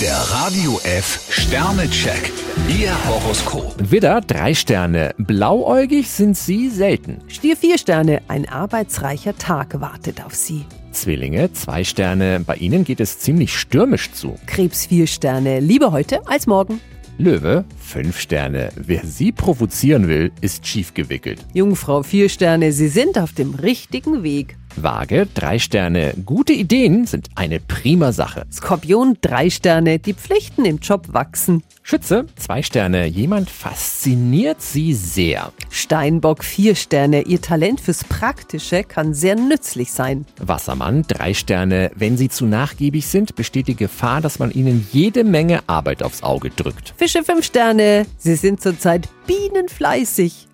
Der Radio F Sternecheck. Ihr Horoskop. Widder, drei Sterne. Blauäugig sind Sie selten. Stier vier Sterne, ein arbeitsreicher Tag wartet auf Sie. Zwillinge, zwei Sterne. Bei Ihnen geht es ziemlich stürmisch zu. Krebs vier Sterne, lieber heute als morgen. Löwe, fünf Sterne. Wer Sie provozieren will, ist schief gewickelt. Jungfrau vier Sterne, Sie sind auf dem richtigen Weg. Waage, drei Sterne. Gute Ideen sind eine prima Sache. Skorpion drei Sterne, die Pflichten im Job wachsen. Schütze, zwei Sterne. Jemand fasziniert Sie sehr. Steinbock vier Sterne, Ihr Talent fürs Praktische kann sehr nützlich sein. Wassermann, drei Sterne. Wenn Sie zu nachgiebig sind, besteht die Gefahr, dass man Ihnen jede Menge Arbeit aufs Auge drückt. Fische fünf Sterne, Sie sind zurzeit bienenfleißig.